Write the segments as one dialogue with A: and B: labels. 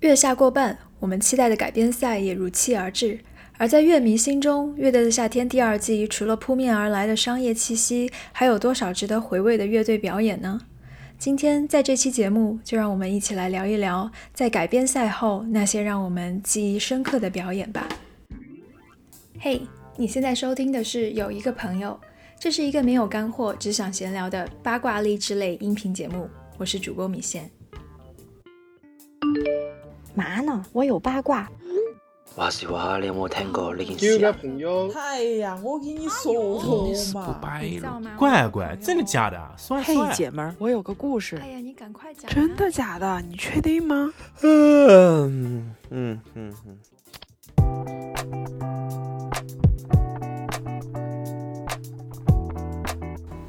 A: 月下过半，我们期待的改编赛也如期而至。而在乐迷心中，《乐队的夏天》第二季除了扑面而来的商业气息，还有多少值得回味的乐队表演呢？今天在这期节目，就让我们一起来聊一聊在改编赛后那些让我们记忆深刻的表演吧。嘿、你现在收听的是《有一个朋友》，这是一个没有干货，只想闲聊的八卦励志类音频节目。我是主播米线。
B: 嘛呢？我有八卦，
C: 話時話，你有冇聽過呢件
D: 叫
C: 事
D: 嘅
C: 啊？
D: 朋友，
E: 哎呀，我给你
F: 哎
E: 说
G: 死
E: 过
G: 不
E: 嘛，
G: 白
A: 你知道吗
G: 了，乖乖，真的假的啊？算
F: 嘿，
G: 算。
F: 哎姐们儿，我有个故事。
A: 哎呀，你赶快讲啊
F: 真的假的？你确定吗？
C: 嗯嗯嗯嗯，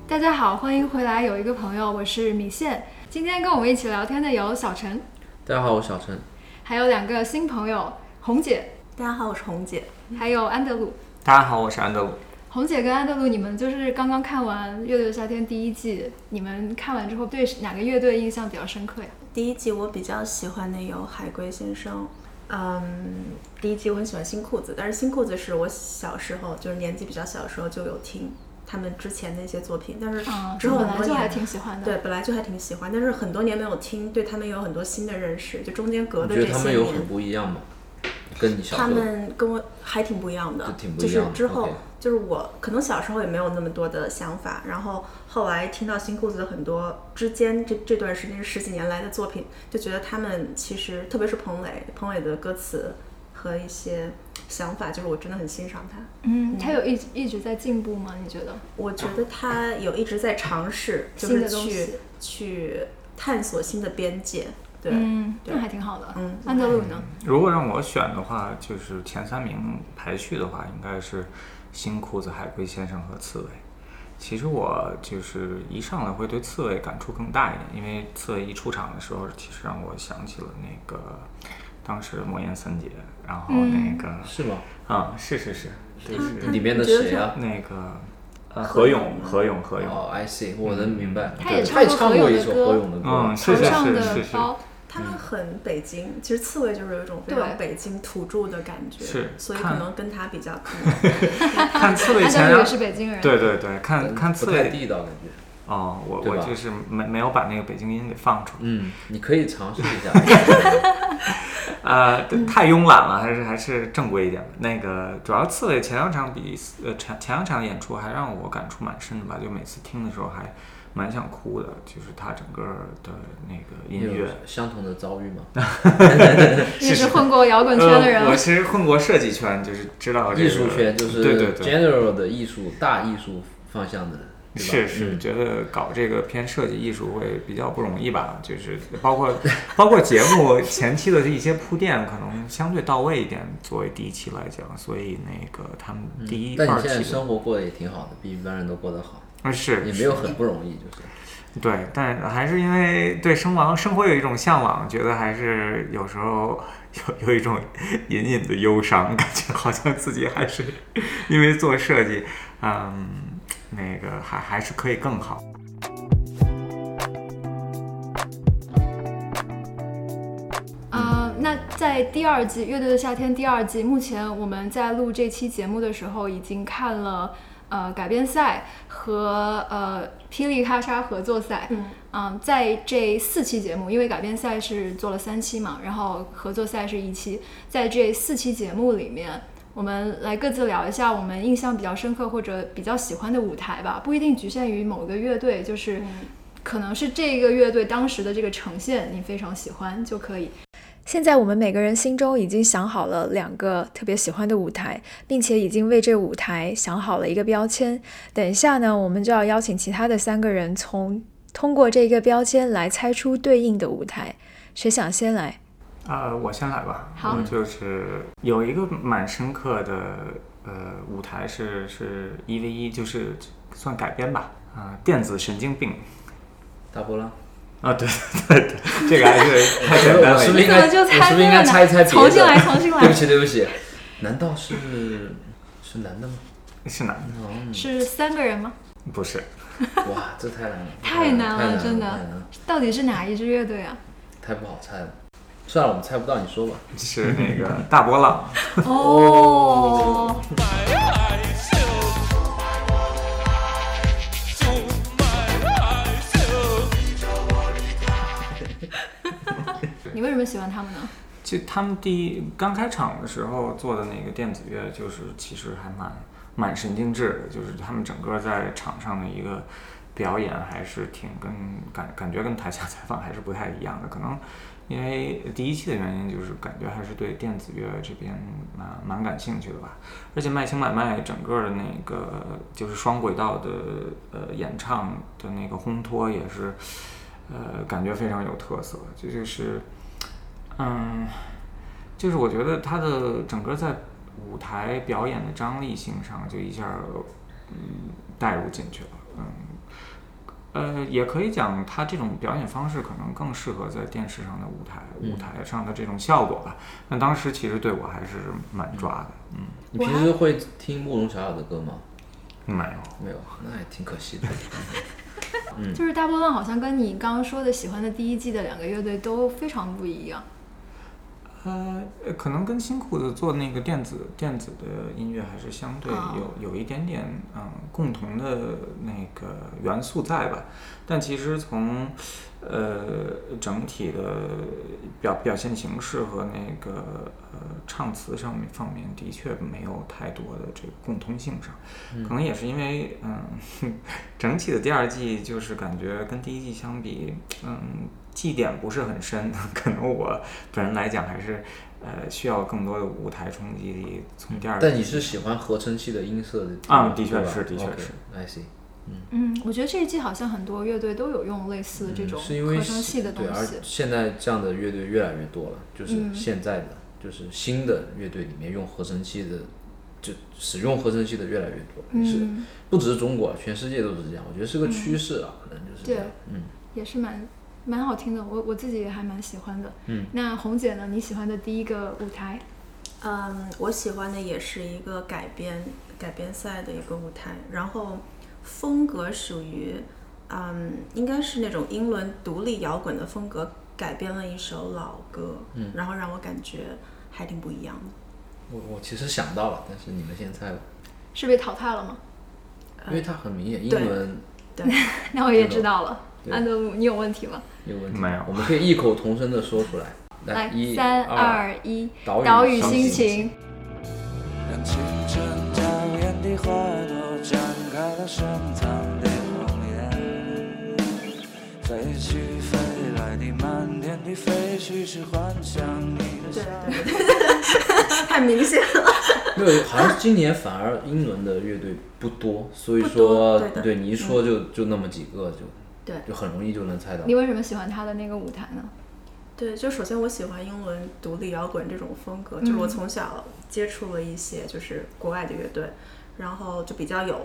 H: 大家好，欢迎回来。有一个朋友，我是米线。今天跟我们一起聊天的有小陈，
I: 大家好，我是小陈。
H: 还有两个新朋友红姐，
B: 大家好，我是红姐。
H: 还有安德鲁。
I: 大家好，我是安德鲁。
H: 红姐跟安德鲁，你们就是刚刚看完《乐队的夏天》第一季，你们看完之后对哪个乐队印象比较深刻呀？
B: 第一季我比较喜欢的有海龟先生，嗯，第一季我很喜欢新裤子，但是新裤子是我小时候就是年纪比较小的时候就有听他们之前的一些作品，但是
H: 嗯，
B: 之后
H: 本来
B: 很多
H: 就还
B: 年。
H: 挺喜欢的。
B: 对，本来就还挺喜欢，但是很多年没有听，对他们有很多新的认识。就中间隔
I: 你
B: 的
I: 觉
B: 这
I: 得他
B: 些
I: 们有很
B: 年，
I: 不一样吗？跟你小时
B: 他
I: 候？
B: 们跟我还挺不一样的
I: 就，挺不
B: 就
I: 一样
B: 是
I: 的
B: 之后
I: OK
B: 就是我可能小时候也没有那么多的想法，然后后来听到新裤子的很多之间这这段时间十几年来的作品，就觉得他们其实特别是彭磊，彭磊的歌词和一些想法，就是我真的很欣赏他。
H: 嗯，他有一直一直在进步吗？你觉
J: 哦
H: 得？
B: 我觉得他有一直在尝试，就
H: 新
B: 是
H: 的东
B: 去
H: 西
B: 去探索新的边界。对，
H: 嗯，
B: 对
H: 那还挺好的。
B: 嗯
H: 安德鲁呢？
J: 如果让我选的话，就是前三名排序的话，应该是新裤子、海龟先生和刺猬。其实我就是一上来会对刺猬感触更大一点，因为刺猬一出场的时候，其实让我想起了那个当时魔岩三杰，然后那个
I: 是吗？
J: 啊、是是是，就是
I: 里面的谁呀、
J: 那个
I: 啊
J: 何勇，何勇，何勇，
I: 哦，I see，我能明白。
H: 他也
I: 对
H: 唱
I: 他也
H: 过
I: 唱
H: 何
I: 过
H: 勇
I: 一
H: 的
I: 首
H: 歌
I: 何勇的歌。
J: 嗯是
H: 头
J: 是
H: 上
J: 是
H: 的
J: 是是
H: 包，
B: 他
J: 嗯
B: 们很北京，其实刺猬就是有一种非
H: 对
B: 常北京土著的感觉，
J: 是
B: 所以可
J: 看
B: 能跟他比较可能。
J: 看刺猬
H: 安
J: 前
H: 德鲁也
J: 两
H: 是，北京人。
J: 啊对对对，看
I: 嗯
J: 看
I: 不
J: 刺
I: 太
J: 猬
I: 地道感觉。
J: 哦，我
I: 对
J: 我
I: 吧
J: 就是没没有把那个北京音给放出来，
I: 嗯，你可以尝试一下。
J: 呃，对太慵懒了，还是还是正规一点吧。那个主要刺猬前两场比呃前前两场演出还让我感触蛮深的吧，就每次听的时候还蛮想哭的，就是他整个的那个
I: 你
J: 音
I: 有
J: 乐。
I: 相同的遭遇 吗？
H: 你也是混过摇滚圈的人
J: 呃，
H: 吗
J: 我？是混过设计圈，就是知道、这个、
I: 艺术圈就是
J: 对对对，
I: general 的艺术，大艺术方向的人，对吧？
J: 是是，
I: 嗯
J: 觉得搞这个偏设计艺术会比较不容易吧，就是包括包括节 目前期的一些铺垫，可能相对到位一点，作为第一期来讲，所以那个他们第一、
I: 嗯但
J: 二
I: 你现在
J: 期的
I: 生活过得也挺好的，比一般人都过得好，
J: 啊是
I: 也没
J: 是
I: 有很不容易，就是。
J: 对，但还是因为对生亡生活有一种向往，觉得还是有时候有有一种 隐隐的忧伤，感觉好像自己还是因为做设计，嗯，那个还还是可以更好。
H: 呃，那在第二季《乐队的夏天》第二季，目前我们在录这期节目的时候，已经看了呃改编赛和呃霹雳咔嚓合作赛。
B: 嗯
H: 嗯在这四期节目，因为改编赛是做了三期嘛，然后合作赛是一期，在这四期节目里面。我们来各自聊一下我们印象比较深刻或者比较喜欢的舞台吧，不一定局限于某个乐队，就是可能是这个乐队当时的这个呈现你非常喜欢就可以。
A: 现在我们每个人心中已经想好了两个特别喜欢的舞台，并且已经为这舞台想好了一个标签。等一下呢，我们就要邀请其他的三个人从通过这个标签来猜出对应的舞台。谁想先来？
J: 呃，我先来吧。
H: 好
J: 我就是有一个蛮深刻的呃舞台是是一 v 一，就是算改编吧，啊、电子神经病
I: 大波浪，
J: 啊，对对对，这个还是 太简单
I: 我
J: 了
I: 是
J: 一
I: 不
J: 点。
I: 是应该，
H: 你怎么就猜
I: 我是不是应
H: 对
I: 该
H: 了呢
I: 猜一猜别的？
H: 重新来重新来
I: 对不起，对不起，难道是是男的吗？
J: 是男的，
H: 是三个人吗？
J: 不是
I: 哇，这太难了，
H: 太难了
I: 太难了
H: 真的
I: 太难了
H: 到底是哪一支乐队啊？
I: 太不好猜了。算了，我们猜不到，你说吧。
J: 是那个大波浪。
H: 哦，你为什么喜欢他们呢？
J: 其实他们第一刚开场的时候做的那个电子乐，就是其实还蛮蛮神经质的，就是他们整个在场上的一个表演还是挺跟感感觉跟台下 采访还是不太一样的。可能因为第一期的原因，就是感觉还是对电子乐这边蛮蛮感兴趣的吧。而且《卖情买卖》整个的那个就是双轨道的呃演唱的那个烘托也是，呃，感觉非常有特色，这就是。嗯，就是我觉得他的整个在舞台表演的张力性上，就一下儿嗯带入进去了。嗯，呃，也可以讲他这种表演方式可能更适合在电视上的舞台，舞台上的这种效果吧。那当时其实对我还是蛮抓的，嗯，
I: 你平时会听慕容晓晓的歌吗？
J: 没有，
I: 没有，那也挺可惜的。嗯
H: 就是大波浪好像跟你刚刚说的喜欢的第一季的两个乐队都非常不一样。
J: 呃，可能跟辛苦的做那个电子电子的音乐还是相对
H: 啊
J: 有有一点点嗯共同的那个元素在吧，但其实从呃整体的表表现形式和那个呃唱词上面方面的确没有太多的这个共通性上，可能也是因为嗯 整体的第二季就是感觉跟第一季相比，嗯绩点不是很深， 可能我本人来讲还是呃需要更多的舞台冲击力，从 第二季
I: 但你是喜欢合成器的音色的
J: 啊的
I: 对
J: 确
I: 吧
J: 是的确
I: OK，
J: 是
I: I see。
H: 嗯，我觉得这一季好像很多乐队都有用类似这种
I: 嗯是因为
H: 合成器的东
I: 对，而
H: 西。
I: 现在这样的乐队越来越多了，就是
H: 嗯
I: 现在的，就是新的乐队里面用合成器的，就使用合成器的越来越多，就是
H: 嗯，
I: 不只是中国，全世界都是这样，我觉得是个趋势啊，可能就是这
H: 对
I: 样。嗯，
H: 也是蛮蛮好听的，我我自己也还蛮喜欢的。嗯，那红姐呢？你喜欢的第一个舞台？
B: 嗯，我喜欢的也是一个改编改编赛的一个舞台，然后风格属于嗯，应该是那种英伦独立摇滚的风格，改编了一首老歌，嗯，然后让我感觉还挺不一样的。
I: 我我其实想到了，但是你们先猜吧，
H: 是被淘汰了吗？呃
I: 因为它很明显，英
B: 对
I: 文
H: 那我也知道了。
I: 对
H: 安德鲁，你有问题吗？
I: 有问题，
J: 没有
I: 我们可以异口同声的说出来。
H: 来，
I: 一
H: 三
I: 二，
H: 二一，
I: 岛屿
H: 岛屿
I: 伤
H: 心
I: 心
H: 情。
D: 让青春娇艳的花朵绽开了深藏的红颜，飞去飞来的漫天的飞絮是幻想你的笑。
B: 太明显了，
I: 没有，好像今年反而英伦的乐队不多，所以
B: 不
I: 说
B: 多对的嗯
I: 你一说就就那么几个，就
B: 对
I: 就很容易就能猜到
H: 你。为什么喜欢他的那个舞台呢？
B: 对，就首先我喜欢英伦独立摇滚这种风格，就是我
H: 嗯
B: 从小接触了一些就是国外的乐队，然后就比较有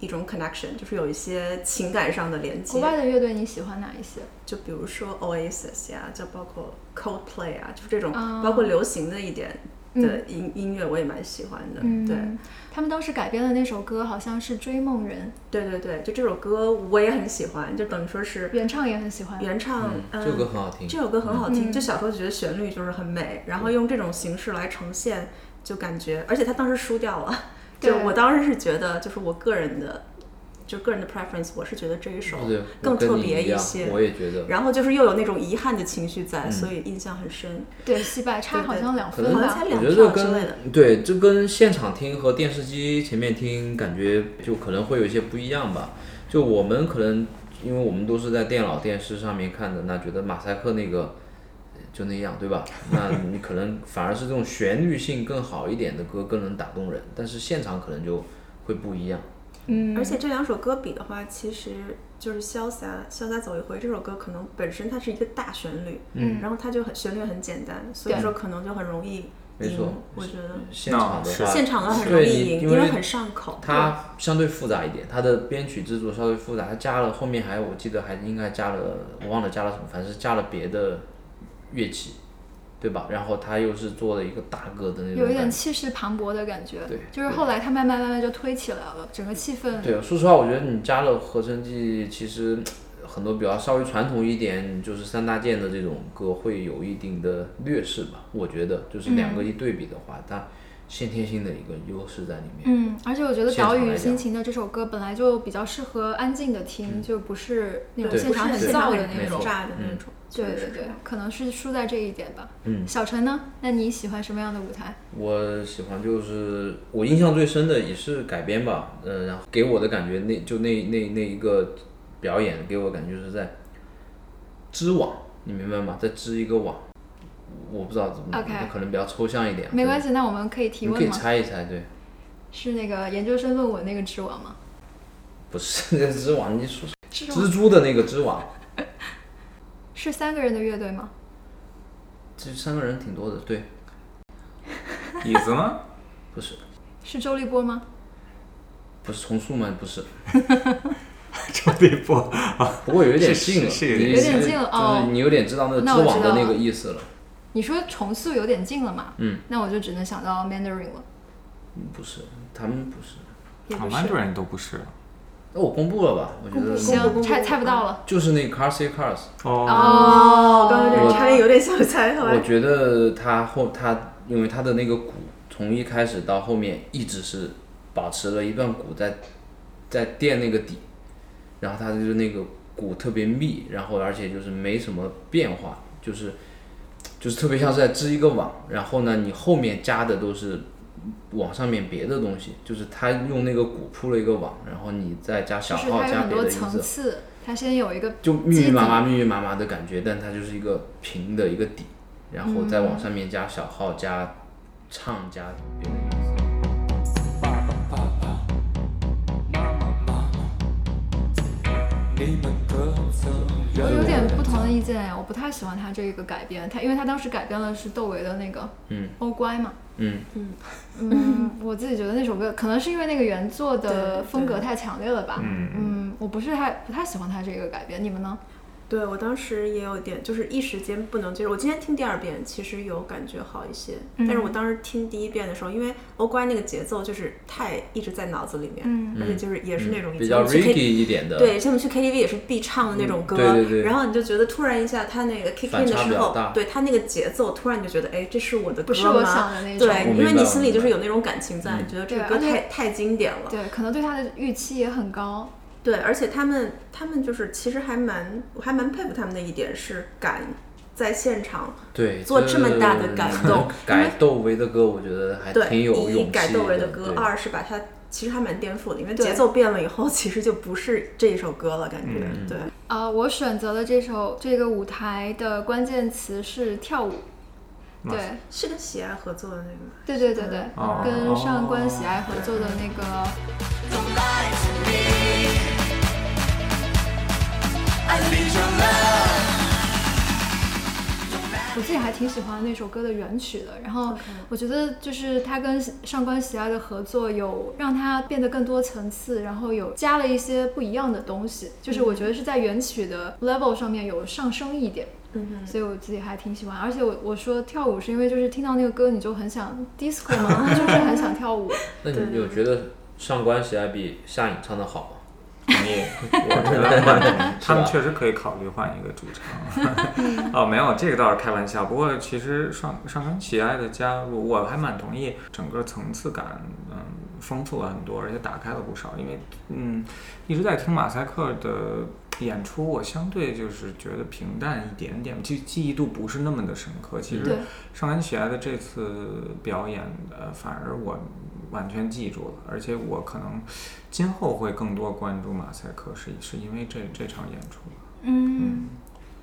B: 一种 connection，就是有一些情感上的连接。
H: 国外的乐队你喜欢哪一些？
B: 就比如说 Oasis 呀、就包括 Coldplay 啊，就是这种
H: 啊
B: 包括流行的一点的
H: 嗯
B: 音、音乐，我也蛮喜欢的。
H: 嗯，他们当时改编的那首歌好像是《追梦人
B: 对对对对，就这首歌我也很喜欢，就等于说》，是
H: 原唱也很喜欢。
B: 原唱。
I: 嗯
B: 嗯
I: 这首歌很好听
B: 这首歌很好听。
H: 嗯
B: 就小时候觉得旋律就是很美，然后用这种形式来呈现，就感觉，而且他当时输掉了。
H: 对
B: 就我当时是觉得，就是我个人的，就个人的 preference，我是觉得这一首
I: 对，我
B: 更
I: 跟
B: 特
I: 你
B: 别
I: 一样
B: 些。
I: 我也觉得，嗯
B: 然后就是又有那种遗憾的情绪在，所以印象很深。
H: 对，戏败差
B: 对对
H: 好像两
I: 可
H: 分
I: 能
B: 好
H: 吧。
B: 像才
I: 我
B: 两
I: 觉得
B: 票之类的。
I: 跟对，这跟现场听和电视机前面听感觉就可能会有一些不一样吧。就我们可能因为我们都是在电脑、电视上面看的，那觉得马赛克那个呃就那样，对 吧？那你可能反而是这种旋律性更好一点的歌更能打动人，但是现场可能就会不一样。
H: 嗯，
B: 而且这两首歌比的话，其实就是《潇洒潇洒走一回》这首歌，可能本身它是一个大旋律，
H: 嗯
B: 然后它就很旋律很简单，所以
H: 对
B: 说可能就很容易
I: 没错
B: 赢。我觉得
I: 现场的
J: 是
I: 话，
B: 现场的很容
I: 对
B: 易
I: 你
B: 赢，
I: 因
B: 因为
I: 为
B: 很上口。
I: 它相对复杂一点，它的编曲制作稍微复杂，它加了后面还我记得还应该加了，我忘了加了什么，反正是加了别的乐器，对吧？然后它又是做了一个大个的那种
H: 有一点
I: 感觉。
H: 气势磅礴的感觉。
I: 对
H: 就是后来他慢慢慢慢就推起来了，整个气氛。
I: 对，说实话，我觉得你加了合成器，其实很多比较稍微传统一点，就是三大件的这种歌会有一定的劣势吧。我觉得就是两
B: 嗯
I: 个一对比的话，它先天性的一个优势在里面。
H: 嗯，而且我觉得
I: 现场
H: 岛
I: 来
H: 屿
I: 讲
H: 心情的这首歌本来就比较适合安静的听，就不是那种
I: 嗯对
H: 现场
B: 不
H: 很
B: 是现
H: 燥
B: 场
H: 的
B: 很
H: 那种。
B: 炸的那种，
H: 对
B: 确
H: 对
B: 实是
H: 对，可能是输在这一点吧。
I: 嗯
H: 小陈呢？那你喜欢什么样的舞台？
I: 我喜欢就是我印象最深的也是改编吧，嗯，然后给我的感觉那就那那那一个表演给我感觉就是在织网，你明白吗？在织一个网，我不知道怎么
H: OK
I: 可能比较抽象一点，
H: 没关
I: 系，
H: 系，那我们可以提
I: 你可
H: 问
I: 以
H: 吗？
I: 猜一猜，对，
H: 是那个研究生论文那个织网吗？
I: 不是 那个织网，你说
H: 是织
I: 蜘
H: 网
I: 蛛的那个织网，
H: 是三个人的乐队吗？
I: 这三个人挺多的，对，
J: 椅子吗？
I: 不是
H: 是周立波吗？
I: 不是重塑吗？不是，
J: 周立波，
I: 不过有点
J: 是
I: 近了，
J: 是是有
I: 你
H: 近有
J: 点
H: 点近了哦
I: 就是你有点知道那个
H: 那
I: 织
H: 我
I: 网
H: 知
I: 的
H: 道
I: 那个
H: 了
I: 意思了，
H: 你说重塑有点近了嘛？
I: 嗯，
H: 那我就只能想到 Mandarin 了，
I: 不是，他们不是。
H: 也
J: 啊
H: 不
J: 蛮
H: 是
J: 多。人都不是
I: 那我公布了吧？我觉得
H: 行，猜猜不到了。
I: 就是那个 Car C Cars，
J: 哦，
H: 哦
B: 我刚刚有点差点有点想猜，后来
I: 我觉得他后他因为他的那个鼓从一开始到后面一直是保持了一段鼓在在垫那个底，然后他就是那个鼓特别密，然后而且就是没什么变化，就是就是特别像是在织一个网，然后呢你后面加的都是网上面别的东西，就是他用那个鼓铺了一个网，然后你再加
H: 就
I: 小
H: 是
I: 号
H: 它有
I: 加
H: 很
I: 别的
H: 多
I: 音色
H: 层。次，它先有一个
I: 就密密
H: 基
I: 麻
H: 底
I: 麻、密密麻麻的感觉，但它就是一个平的一个底，然后再往上面加小号、加唱、加别的音色。
D: 爸爸爸爸，妈妈妈妈，你们可曾
H: 我有点不同的
D: 意
H: 意见，我不太喜欢他这个改编，他因为他当时改编了是窦唯的那个
I: 嗯
H: 《欧乖》嘛，
I: 嗯，
H: 嗯， 我自己觉得那首歌可能是因为那个原作的
B: 对
H: 风格太强烈了吧，
J: 嗯
H: 嗯，我不是太不太喜欢他这个改编，你们呢？
B: 对我当时也有点，就是一时间不能接受。我今天听第二遍，其实有感觉好一些，但是我当时听第一遍的时候，因为欧乖那个节奏就是太一直在脑子里面，
H: 嗯
B: 而且就是也是那种、以
I: 比
B: 前我
I: 较
B: 们去
I: reggae
B: K
I: 一点的，嗯
B: 对，像我们去 KTV 也是必唱的那种歌，
I: 对对对
B: 然后你就觉得突然一下，他那个 kick
I: 反
B: in
I: 差
B: 的
I: 比
B: 时
I: 较
B: 候
I: 大，
B: 对他那个节奏，突然你就觉得，哎，这是我的歌吗？
H: 不是我想的那种
I: 我
B: 对，因
I: 明
B: 为
I: 白
B: 你
I: 我
B: 心里
I: 明
B: 就是
I: 白嗯
B: 有那种感情在，你觉得这个
H: 对
B: 歌
H: 而且
B: 太太经典了。
H: 对，可能对他的预期也很高，
B: 对，而且他们他们就是其实还蛮我还蛮佩服他们的一点是敢在现场
I: 对，
B: 做这么大的改动，
I: 改窦唯的歌，我觉得还
B: 对
I: 挺有勇
B: 一
I: 气
B: 一改窦唯
I: 的
B: 的歌，
I: 对
B: 二是把它其实还蛮颠覆的，因为
H: 对
B: 节奏变了以后，其实就不是这一首歌了，感
I: 嗯
B: 觉、对。
H: 呃，我选择的这首这个舞台的关键词是跳舞，对
B: 是跟喜爱合作的那个吗？
H: 对对对对，
J: 哦
H: 跟上官喜爱合作的那个。我自己还挺喜欢那首歌的原曲的，然后我觉得就是他跟上官喜爱的合作，有让它变得更多层次，然后有加了一些不一样的东西，就是我觉得是在原曲的 level 上面有上升一点，
B: 嗯
H: 所以我自己还挺喜欢。而且我我说跳舞是因为就是听到那个歌你就很想 disco 嘛， 就是很想跳舞。
I: 那你有觉得上官喜爱比夏颖唱的好吗？
J: 我觉得换，他们
I: 是吧
J: 确实可以考虑换一个主唱。哦，没有，这个倒是开玩笑。不过其实上上官喜爱的加入，我还蛮同意，整个层次感嗯丰富了很多，而且打开了不少。因为嗯一直在听马赛克的演出，我相对就是觉得平淡一点点，记记忆度不是那么的深刻。其
H: 对
J: 实上官喜爱的这次表演，呃，反而我完全记住了，而且我可能今后会更多关注马赛克，是是因为这这场演出。
H: 嗯，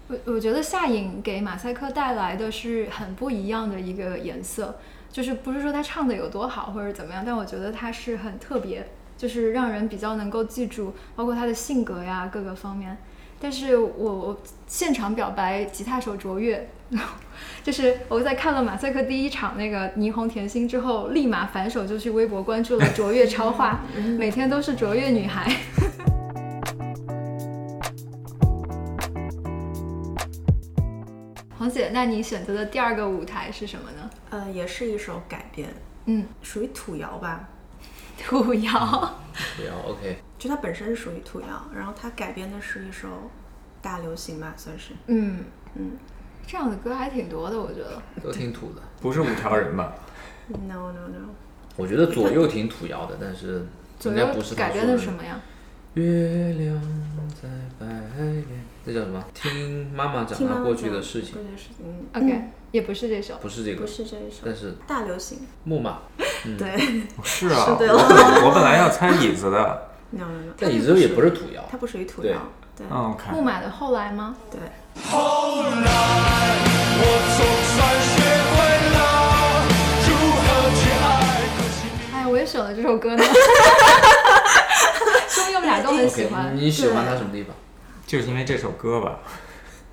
H: 我我觉得夏颖给马赛克带来的是很不一样的一个颜色，就是不是说她唱的有多好或者怎么样，但我觉得她是很特别，就是让人比较能够记住，包括她的性格呀各个方面。但是我我现场表白吉他手卓越， 就是我在看了马赛克第一场那个霓虹甜心之后，立马反手就去微博关注了卓越超话，每天都是卓越女孩。 黄姐，那你选择的第二个舞台是什么呢？
B: 呃，也是一首改编，
H: 嗯，
B: 属于土谣吧，
H: 土谣。
I: 不要 OK，
B: 就它本身是属于土谣，然后它改编的是一首大流行吧，算是。
H: 嗯
B: 嗯，
H: 这样的歌还挺多的，我觉得。
I: 都挺土的。
J: 不是五条人吧？
B: No no no，
I: 我觉得左右挺土摇的，但是
H: 左
I: 应
H: 右
I: 该不是他
H: 改
I: 说
H: 编的什么呀？
I: 月亮在白天，这叫什么？听妈妈讲
B: 听妈
I: 她
B: 妈
I: 过去的
B: 讲
I: 事情
B: 过，去的事情，嗯
H: OK，、也不是这首。
I: 不是这个
B: 不，是这一首，
I: 但嗯是
B: 大流行。
I: 木马
B: 对
J: 是啊，
B: 对了
J: 我我本来要猜椅子的。
B: ，no no no，
I: 但椅子也不是土摇
B: 它，不属于土窑，对
H: 哦
J: 嗯，OK，
H: 木马的后来吗？
B: 对，
H: 哎，我也选了这首 歌呢，说明我们俩都很喜
I: OK，
H: 欢。
I: 你喜欢它什么地方？
J: 就是因为这首歌吧。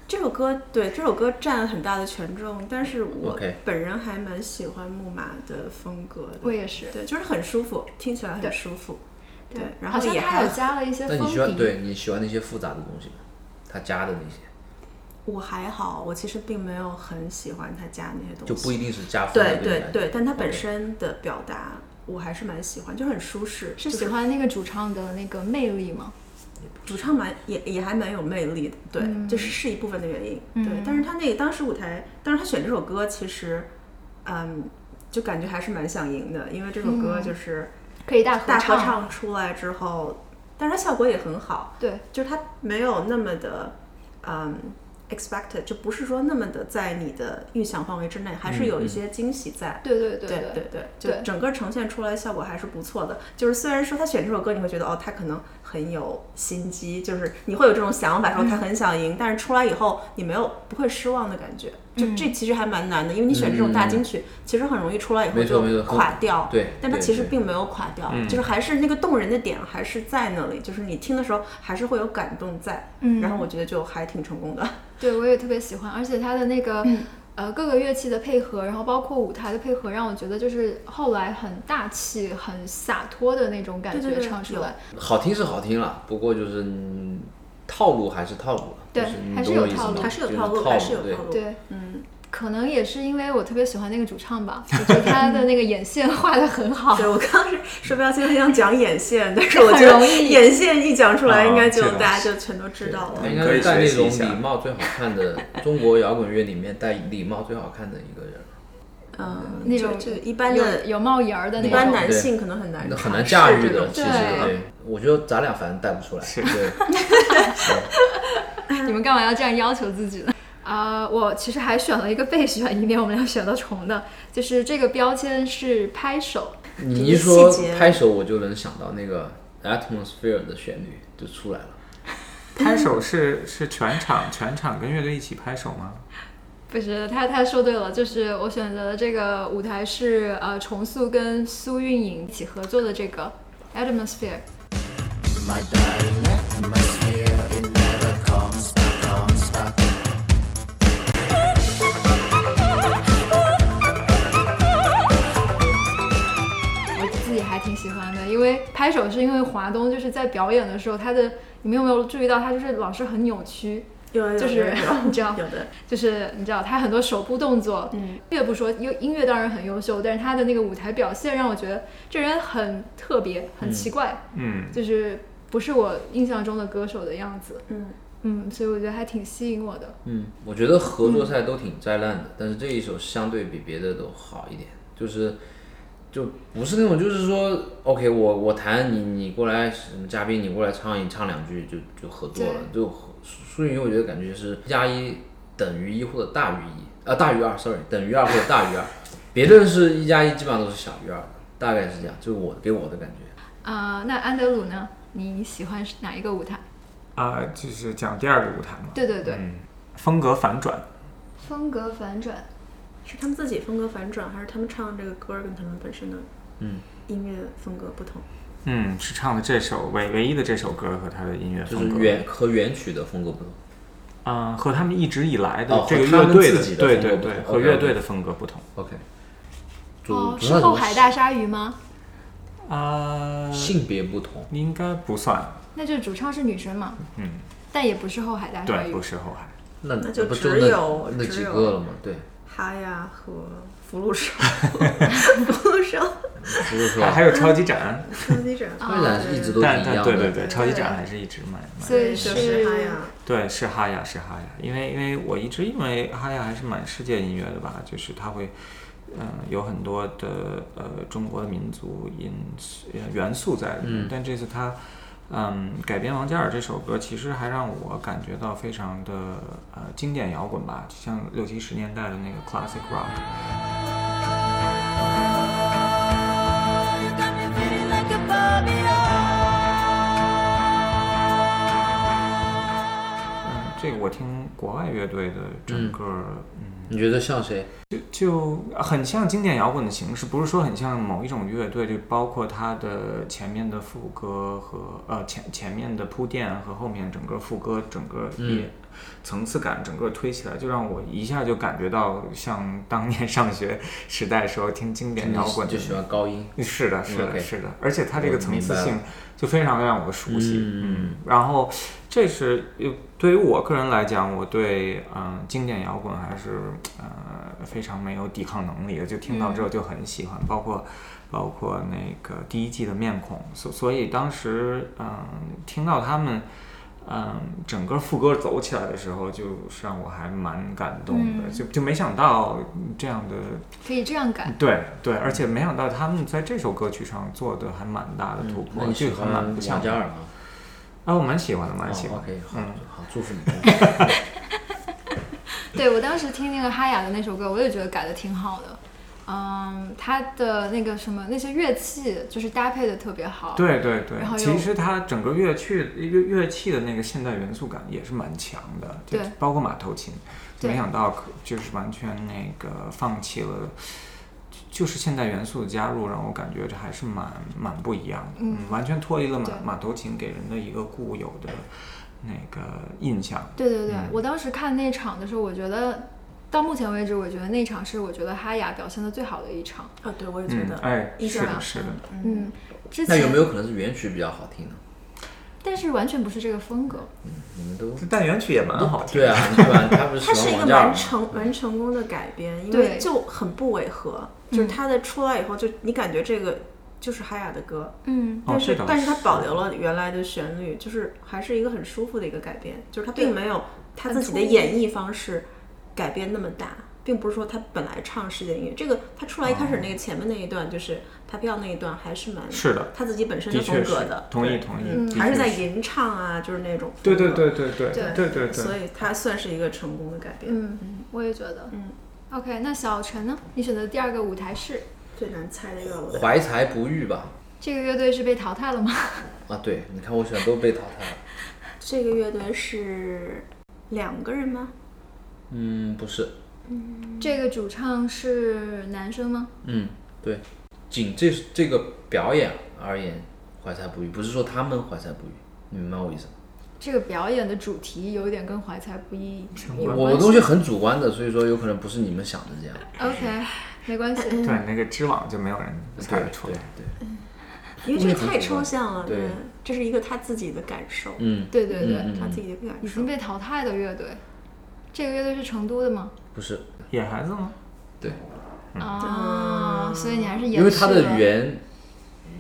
B: 这首歌对这首歌占了很大的权重，但是我
I: OK
B: 本人还蛮喜欢木马的风格的，
H: 我也是
B: 对，就是很舒服，听起来很
H: 对
B: 舒服，对，然
H: 好
B: 后
H: 像
B: 也
H: 它还
B: 还
H: 有加了一些
I: 那你
H: 风
I: 喜欢
H: 笛。
I: 对你喜欢那些复杂的东西吗？他加的那些
B: 我还好，我其实并没有很喜欢他加那些东
I: 就
B: 西，
I: 不一定是加分
B: 对
I: 的，你
B: 对
I: 来
B: 对，
I: 讲
B: 但他本
I: OK
B: 身的表达我还是蛮喜欢，就很舒适，
H: 是
B: 就
H: 喜欢那个主唱的那个魅力吗？
B: 主唱蛮也也还蛮有魅力的，对，
H: 嗯
B: 就是是一部分的原因，对。但是他那个当时舞台，当时他选这首歌，其实，嗯，就感觉还是蛮想赢的，因为这首歌就是
H: 可以嗯大合
B: 大合
H: 唱。
B: 唱出来之后，但是它效果也很好，
H: 对，
B: 就是它没有那么的，嗯。expected 就不是说那么的在你的预想范围之内，还是有一些惊喜在。
H: 对对对
B: 对
H: 对
B: 对对，
H: 对
B: 就整个呈现出来效果还是不错的。就是虽然说他选这首歌，你会觉得哦，他可能很有心机，就是你会有这种想法，
H: 嗯
B: 说他很想赢，但是出来以后你没有不会失望的感觉。就这
H: 嗯
B: 其实还蛮难的，因为你选这种大金曲，其实很容易出来以后
I: 嗯没错
B: 就
I: 没错
B: 垮掉。
I: 对
B: 但它
I: 对
B: 其实
I: 对嗯
B: 并没有垮掉，就是还是那个动人的点还是在那里，就是你听的时候还是会有感动在。
H: 嗯
B: 然后我觉得就还挺成功的。
H: 对，我也特别喜欢，而且它的那个、
B: 嗯
H: 呃各个乐器的配合，然后包括舞台的配合，让我觉得就是后来很大气、很洒脱的那种感
B: 对对
H: 觉
B: 对
H: 唱出
B: 有
H: 来。
I: 好听是好听了，不过就是嗯套路还是套路了，
H: 对
I: 就是你
H: 还是
I: 懂
H: 有
I: 我意思
H: 套路
I: 吗
B: 还是有
I: 就是
B: 套路，
I: 路，
B: 还是有套路。
I: 对，
H: 对，
B: 嗯，
H: 可能也是因为我特别喜欢那个主唱吧，我觉得他的那个眼线画的很 好。
B: 对，我刚是说标签想讲眼线，但是我觉得
H: 很容易
B: 眼线一讲出
J: 啊
B: 来，应该就
J: 这个
B: 大家就全都知道了
I: 他。应
J: 哎可
I: 该
J: 以
I: 是戴
J: 学
I: 那
J: 习
I: 种
J: 一下
I: 礼帽最好看的中国摇滚乐里面戴礼帽最好看的一个人，
B: 嗯，
H: 那
B: 就
H: 种
B: 就一般
H: 有
B: 的，
H: 有帽檐儿的那
B: 一
H: 种，
B: 般男
I: 对
B: 性可能很难
I: 那很难
B: 尝试
I: 驾驭
B: 这
I: 的。
B: 种
I: 其
H: 对
I: 实
H: 对
I: 对，我觉得咱俩反正戴不出来。
J: 是
I: 对，
H: 你们干嘛要这样要求自己呢？ 啊、我其实还选了一个备选，以免我们俩选到重的。就是这个标签是拍手，
I: 你一
B: 细
I: 说
B: 节
I: 拍手，我就能想到那个 Atmosphere 的旋律就出来了。
J: 拍手
H: 嗯
J: 是是全场全场跟乐队一起拍手吗？
H: 不是他他说对了，就是我选择的这个舞台是呃重塑跟苏运莹一起合作的这个 Atmosphere。我自己还挺喜欢的，因为拍手是因为华东就是在表演的时候，他的你们有没有注意到，他就是老是很扭曲，
B: 有有
H: 就是
B: 有 有
H: 你知道
B: 有的
H: 就是你知道他很多手部动作，嗯，越不说音音乐当然很优秀，但是他的那个舞台表现让我觉得这人很特别，很奇怪，
J: 嗯，
H: 就是不是我印象中的歌手的样子，
B: 嗯
H: 嗯，所以我觉得还挺吸引我的。
I: 嗯，我觉得合作赛都挺灾
H: 嗯
I: 难的，但是这一首相对比别的都好一点，就是就不是那种就是说，OK，我我弹你，你过来什么嘉宾，你过来唱一唱两句就就合作了，就合苏苏运莹，我觉得感觉是一加一等于一或者大于一啊，大于二，sorry，等于二或者大于二， 别的是一加一基本上都是小于二的，大概是这样，就是我给我的感觉。
H: 啊、那安德鲁呢？你喜欢是哪一个舞台？
J: 啊、就是讲第二个舞台嘛，
H: 对对对，
J: 嗯风格反转，
H: 风格反转，
B: 是他们自己风格反转，还是他们唱这个歌跟他们本身的
I: 嗯
B: 音乐风格不同？
J: 嗯，是唱的这首唯唯一的这首歌和他的音乐
I: 就是
J: 风格，
I: 原和原曲的风格不同，
J: 嗯，和他们一直以来的
I: 哦
J: 这个
I: 和他
J: 乐
I: 们
J: 队
I: 自己的
J: 对
I: 风格
J: 对
I: 不
J: 对，
I: 同
J: 和
I: OK，
J: 乐
I: OK
J: 队的风格不同
I: OK，就
H: 哦，
I: 不
H: 是
I: 算
H: 后
I: 什么
H: 海大鲨鱼吗？
J: 啊，
I: 性别不同，
J: 应该不算，
H: 那就主唱是女生嘛，
J: 嗯，
H: 但也不是后海大鲨
J: 对，
H: 鱼
J: 不，是后海。
I: 那那
B: 就
I: 不
B: 只
I: 那
B: 有
I: 那
B: 只
I: 几
B: 有
I: 个了吗？对。
B: 哈呀和福禄寿，福禄寿，
I: 不是说
J: 啊还还有超级展，
B: 超级展，
H: 啊
I: 超级展是一直都是
B: 哦
J: 但
I: 一
J: 但
I: 样的，
J: 对对对，超级展还是一直卖卖。
H: 所以
B: 就是哈呀，
J: 对，是哈雅，是哈雅，因为因为我一直因为哈雅还是蛮世界音乐的吧，就是它会，嗯、有很多的呃中国的民族因素呃元素在里面，
I: 嗯
J: 但这次它，嗯，改编王嘉尔这首歌，其实还让我感觉到非常的呃经典摇滚吧，就像六七十年代的那个 classic rock。嗯，这个我听国外乐队的整
I: 嗯
J: 个，嗯，
I: 你觉得像 谁？
J: 就很像经典摇滚的形式，不是说很像某一种乐队，就包括它的前面的副歌和呃前前面的铺垫和后面整个副歌整个
I: 嗯
J: 也层次感整个推起来，就让我一下就感觉到像当年上学时代时候听经典摇滚的
I: 就喜欢高音，
J: 嗯是的，是的，
I: 嗯 OK
J: 是的，而且它这个
I: 我
J: 层
I: 明
J: 次
I: 白
J: 性
I: 了
J: 就非常的让我熟悉。
I: 嗯
J: 然后这是呃对于我个人来讲，我对嗯、呃经典摇滚还是呃非常没有抵抗能力的，就听到之后就很喜
I: 嗯
J: 欢，包括包括那个第一季的面孔，所所以当时嗯、听到他们。嗯，整个副歌走起来的时候，就是让我还蛮感动的，
H: 嗯
J: 就就没想到这样的
H: 可以这样改。
J: 对
I: 嗯
J: 对，而且没想到他们在这首歌曲上做的还蛮大的突破，
I: 嗯那你
J: 这
I: 喜
J: 个还
I: 欢
J: 蛮
I: 王
J: 不像
I: 嘉尔吗？
J: 啊，我蛮喜欢的，蛮喜
I: 哦
J: 欢的。
I: OK，好
J: 嗯，
I: 好，祝福你。
H: 对我当时听那个哈雅的那首歌，我也觉得改的挺好的。嗯，它的那个什么那些乐器就是搭配的特别好。
J: 对对对
H: 然后，
J: 其
H: 又
J: 实它整个乐曲乐乐器的那个现代元素感也是蛮强的，就
H: 对
J: 包括马头琴，
H: 对
J: 没想到可就是完全那个放弃了，就是现代元素的加入，让我感觉这还是蛮蛮不一样的，
H: 嗯
J: 完全脱离了马
H: 对
J: 马头琴给人的一个固有的那个印象。
H: 对对对
J: 嗯
H: 我当时看那场的时候，我觉得到目前为止，我觉得那场是我觉得哈雅表现的最好的一场。
B: 啊，对我也觉
J: 嗯
B: 得，，
J: 哎，
B: 印
J: 是
B: 象
J: 的，
B: 蛮
J: 是的。
H: 嗯，之
I: 那
H: 前
I: 有没有可能是原曲比较好听呢？
H: 但是完全不是这个风格。
I: 你们都
J: 但原曲也 蛮好听。
I: 对啊，你喜欢他不是
B: 它
I: 喜
B: 是一
I: 欢
B: 个
I: 王嘉尔
B: 蛮
I: 吗？
B: 成蛮成功的改编，因
H: 对嗯
B: 为就很不违和，就是它的出来以后，就你感觉这个就是哈雅的歌，
H: 嗯，
J: 哦
B: 但是、
J: 这倒
B: 但是它
J: 是
B: 保留了原来的旋律，就是还是一个很舒服的一个改编，就是它
H: 对
B: 并没有他
H: 很
B: 自己的
H: 突兀
B: 演绎方式改编那么大，并不是说他本来唱世界音乐，这个他出来一开始那个前面那一段就是他飙那一段还是蛮
J: 是的，
B: 他自己本身
J: 啊的确
B: 风
J: 是
B: 格的，
J: 同意
B: 对
J: 同意，
H: 嗯
J: 的
B: 还是
J: 确
B: 在吟唱啊，就是那种
J: 对
B: 风
J: 对
B: 格
J: 对对对对对对
B: 所以它算是一个成功的改编。
H: 嗯，我也觉得。
B: 嗯
H: OK，那小陈呢？你选择第二个舞台是
B: 最难猜的一个舞台，
I: 怀才不遇吧？
H: 这个乐队是被淘汰了吗？
I: 啊，对，你看我选都被淘汰了。
B: 这个乐队是两个人吗？
I: 嗯，不是，
H: 这个主唱是男生吗？
I: 嗯，对，仅这这个表演而言，怀才不遇，不是说他们怀才不遇，你明白我意思吗？
H: 这个表演的主题有点跟怀才不遇有
I: 我的
H: 关系
I: 东西很主观的，所以说有可能不是你们想的这样。
H: OK，没关系。
B: 嗯
J: 对那个知网就没有人猜得出来
I: 对。对，
B: 因
I: 嗯
B: 为这个太抽象了，
I: 对，
B: 这是一个他自己的感受，
I: 嗯，
H: 对对对，
I: 嗯
B: 他自己的感
H: 已
B: 受
H: 经。被淘汰的乐队，这个乐队是成都的吗？
I: 不是，
J: 野孩子吗？
I: 对，
H: 啊，所以你还是啊延续
I: 嗯因为它的
H: 了
I: 原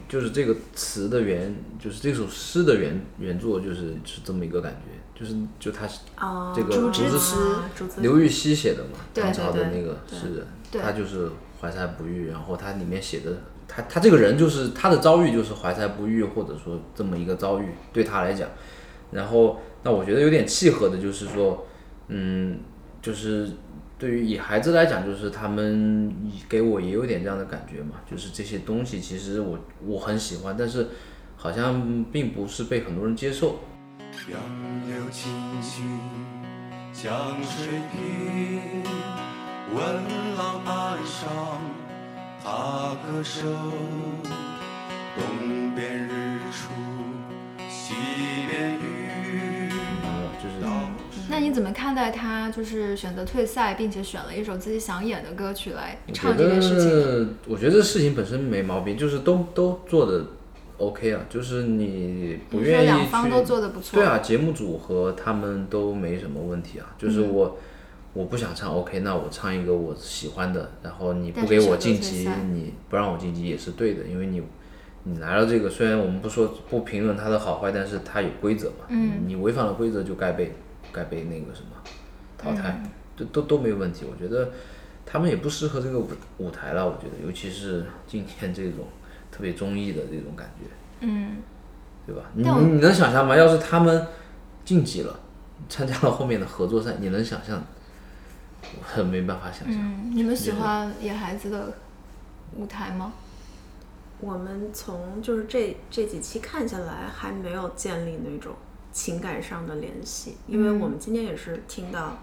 I: 就是这个词的原，就是这首诗的原原作就是是这么一个感觉，就是就他
B: 啊，
I: 这个竹
H: 之
I: 子
H: 词
B: 竹啊子
I: 刘禹锡写的嘛，
H: 对
I: 唐朝的
B: 对
I: 那个诗人，
H: 对
I: 他就是怀才不遇，然后他里面写的。他他这个人就是他的遭遇就是怀才不遇，或者说这么一个遭遇对他来讲，然后那我觉得有点契合的就是说，嗯，就是对于野孩子来讲，就是他们给我也有点这样的感觉嘛，就是这些东西其实我我很喜欢，但是好像并不是被很多人接受。
D: 杨柳青青江水平，闻郎岸上踏歌声。东边日出西边雨，
I: 啊，就是
H: 那你怎么看待他就是选择退赛，并且选了一首自己想演的歌曲来
I: 我觉
H: 唱这件事情呢？
I: 得，我觉得这事情本身没毛病，就是都都做的 OK 啊，就是你不
H: 你说
I: 愿意
H: 两方
I: 去
H: 都做得不错嗯
I: 对啊，节目组和他们都没什么问题啊，就是我、我不想唱 OK，那我唱一个我喜欢的，然后你不
H: 但是
I: 给我
H: 小
I: 晋
H: 队
I: 级
H: 参赛，
I: 你不让我晋级也是对的，因为你你来了这个，虽然我们不说不评论它的好坏，但是它有规则嘛，
H: 嗯
I: 你违反了规则就该被该被那个什么淘汰，这都都没有问题。我觉得他们也不适合这个舞舞台了，我觉得，尤其是今年这种特别综艺的这种感觉，
H: 嗯，
I: 对吧？你
H: 但我
I: 你能想象吗？要是他们晋级了，参加了后面的合作赛，你能想象？我没办法想象。
H: 嗯，你们喜
I: 就是
H: 欢野孩子的舞台吗？
B: 我们从就是这这几期看下来，还没有建立那种情感上的联系，因为
H: 嗯
B: 我们今天也是听到，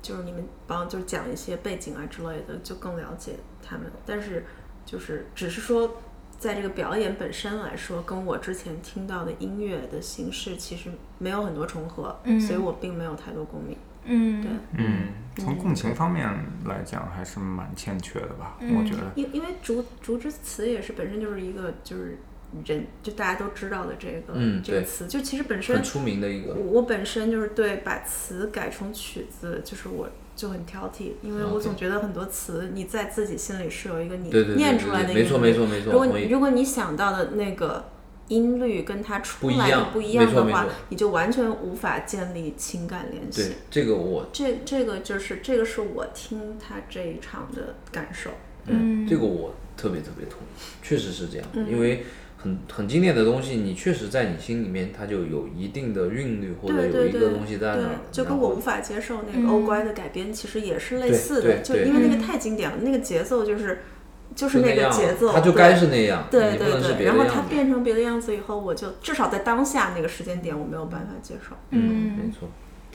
B: 就是你们帮就是讲一些背景啊之类的，就更了解他们。但是就是只是说，在这个表演本身来说，跟我之前听到的音乐的形式其实没有很多重合，
H: 嗯
B: 所以我并没有太多共鸣。
H: 嗯，
B: 对
J: 嗯，从共情方面来讲还是蛮欠缺的吧，
B: 嗯
J: 我觉得。
B: 因因为竹竹之词也是本身就是一个就是人就大家都知道的这个、
I: 嗯
B: 这个
I: 对
B: 词，就其实本身
I: 很出名的一个
B: 我，我本身就是对把词改成曲子，就是我就很挑剔，因为我
I: OK
B: 总觉得很多词你在自己心里是有一个你
I: 对对对
B: 念
I: 对
B: 出来
I: 对
B: 的一个
I: 没错没错
B: 音
I: 没错
B: 如果
I: 同
B: 你
I: 意
B: 如果你想到的那个音律跟它出
I: 不一
B: 来的
I: 样
B: 不一
I: 没
B: 样
I: 错
B: 的
I: 没
B: 话
I: 错，
B: 你就完全无法建立情感联系
I: 对。这个我
B: 这这个就是这个是我听他这一场的感受。
H: 嗯
I: 这个我特别特别同意，确实是这样，因为很很经典的东西，你确实在你心里面它就有一定的韵律或者
B: 对
I: 有
B: 对
I: 一
B: 对，
I: 个东西在那
B: 对
I: 儿，
B: 就跟
I: 然
B: 我
I: 后
B: 无法接受
H: 嗯
B: 那个欧乖的改编，其实也是类
I: 对
B: 似的，
I: 对
B: 就
I: 对
B: 因为那个太经典了，那个节奏就是就是
I: 就
B: 那个
I: 样
B: 节奏，
I: 它就
B: 对
I: 该是那样，
B: 对
I: 你不
B: 对
I: 能是
B: 对，
I: 别的
B: 然后
I: 样
B: 它
I: 子。
B: 变成别的样子以后，我就至少在当下那个时间点，我没有办法接受。
I: 嗯，没错。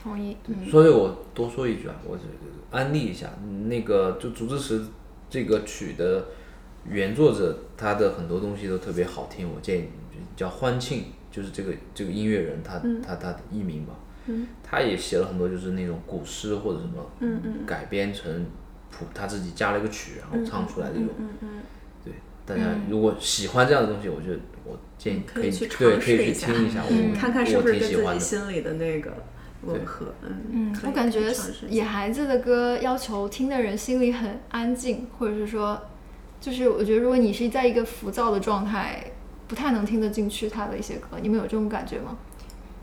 H: 同意。嗯
I: 所以我多说一句啊，我只安利一下那个就竹之词这个曲的原作者，他的很多东西都特别好听，我建议你们叫欢庆，就是这个这个音乐人他、
B: 嗯
I: 他他的艺名吧，他也写了很多就是那种古诗或者什么，
B: 嗯
I: 改编成谱，他自己加了一个曲，然后唱出来这种，
B: 嗯
H: 嗯
I: 对。大家如果喜欢这样的东西，我觉得我建议
B: 嗯可
I: 以
B: 以去
I: 对
B: 尝
I: 可以去
B: 试下，嗯
I: 听一下，我
B: 看看是不是
I: 嗯我挺
B: 跟
I: 喜
B: 自
I: 欢
B: 己
I: 的。
B: 心里的那个吻
I: 对
B: 合。
H: 嗯
B: 嗯，，可
H: 我
B: 以
H: 感
B: 去
H: 觉
B: 尝试一
H: 野
B: 下
H: 孩子的歌要求听的人心里很安静，或者是说，就是我觉得如果你是在一个浮躁的状态，不太能听得进去他的一些歌，你们有这种感觉吗？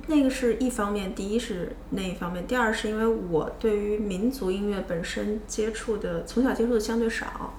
B: 那个是一方面，第一是那一方面，第二是因为我对于民族音乐本身接触的，从小接触的相对少，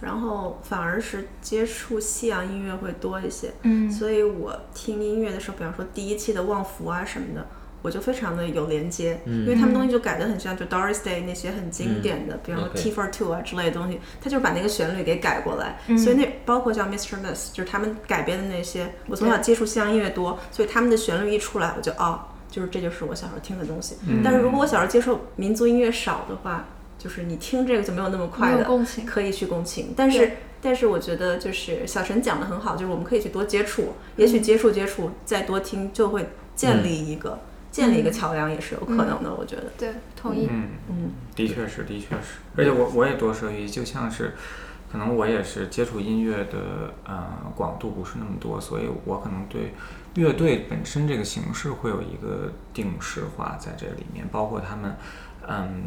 B: 然后反而是接触西洋音乐会多一些，
H: 嗯
B: 所以我听音乐的时候，比方说第一期的《旺福》啊什么的，我就非常的有连接，因为他们东西就改的很像，就 Doris Day 那些很经典的，比方说
I: OK
B: T for Two 啊之类的东西，他就把那个旋律给改过来，所以那包括像 Mr. Miss，就是他们改编的那些，我从小接触西洋音乐多，所以他们的旋律一出来，我就哦，就是这就是我小时候听的东西。嗯但是如果我小时候接触民族音乐少的话，就是你听这个就没有那么快
H: 没
B: 的
H: 有共情
B: 可以去共情。但是
H: 对
B: 但是我觉得就是小陈讲的很好，就是我们可以去多接
H: 嗯
B: 触，也许接触接触再多听就会建
H: 嗯
B: 立一个、建立一个桥梁也是有可能的，我觉得。
H: 对，同意。
J: 嗯嗯，的确是，的确是。而且我我也多说一句，就像是，可能我也是接触音乐的呃广度不是那么多，所以我可能对乐队本身这个形式会有一个定式化在这里面，包括他们嗯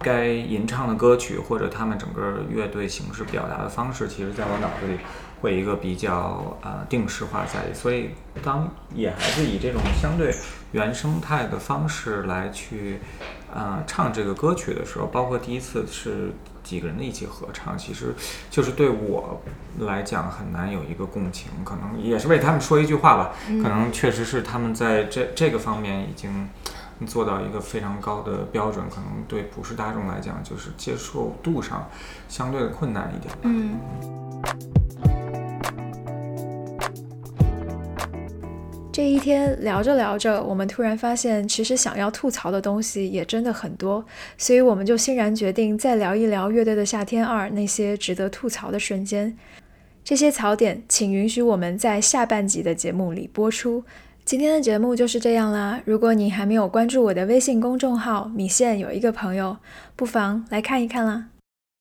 J: 该吟唱的歌曲或者他们整个乐队形式表达的方式，其实在我脑子里会有一个比较呃定式化在，所以当也还是以这种相对原生态的方式来去呃唱这个歌曲的时候，包括第一次是几个人一起合唱，其实就是对我来讲很难有一个共情，可能也是为他们说一句话吧，可能确实是他们在这这个方面已经。做到一个非常高的标准，可能对普世大众来讲，就是接受度上相对的困难一点吧。
H: 嗯，
A: 这一天聊着聊着，我们突然发现，其实想要吐槽的东西也真的很多，所以我们就欣然决定再聊一聊《乐队的夏天二》那些值得吐槽的瞬间。这些槽点，请允许我们在下半集的节目里播出。今天的节目就是这样啦。如果你还没有关注我的微信公众号“米线”，有一个朋友，不妨来看一看啦。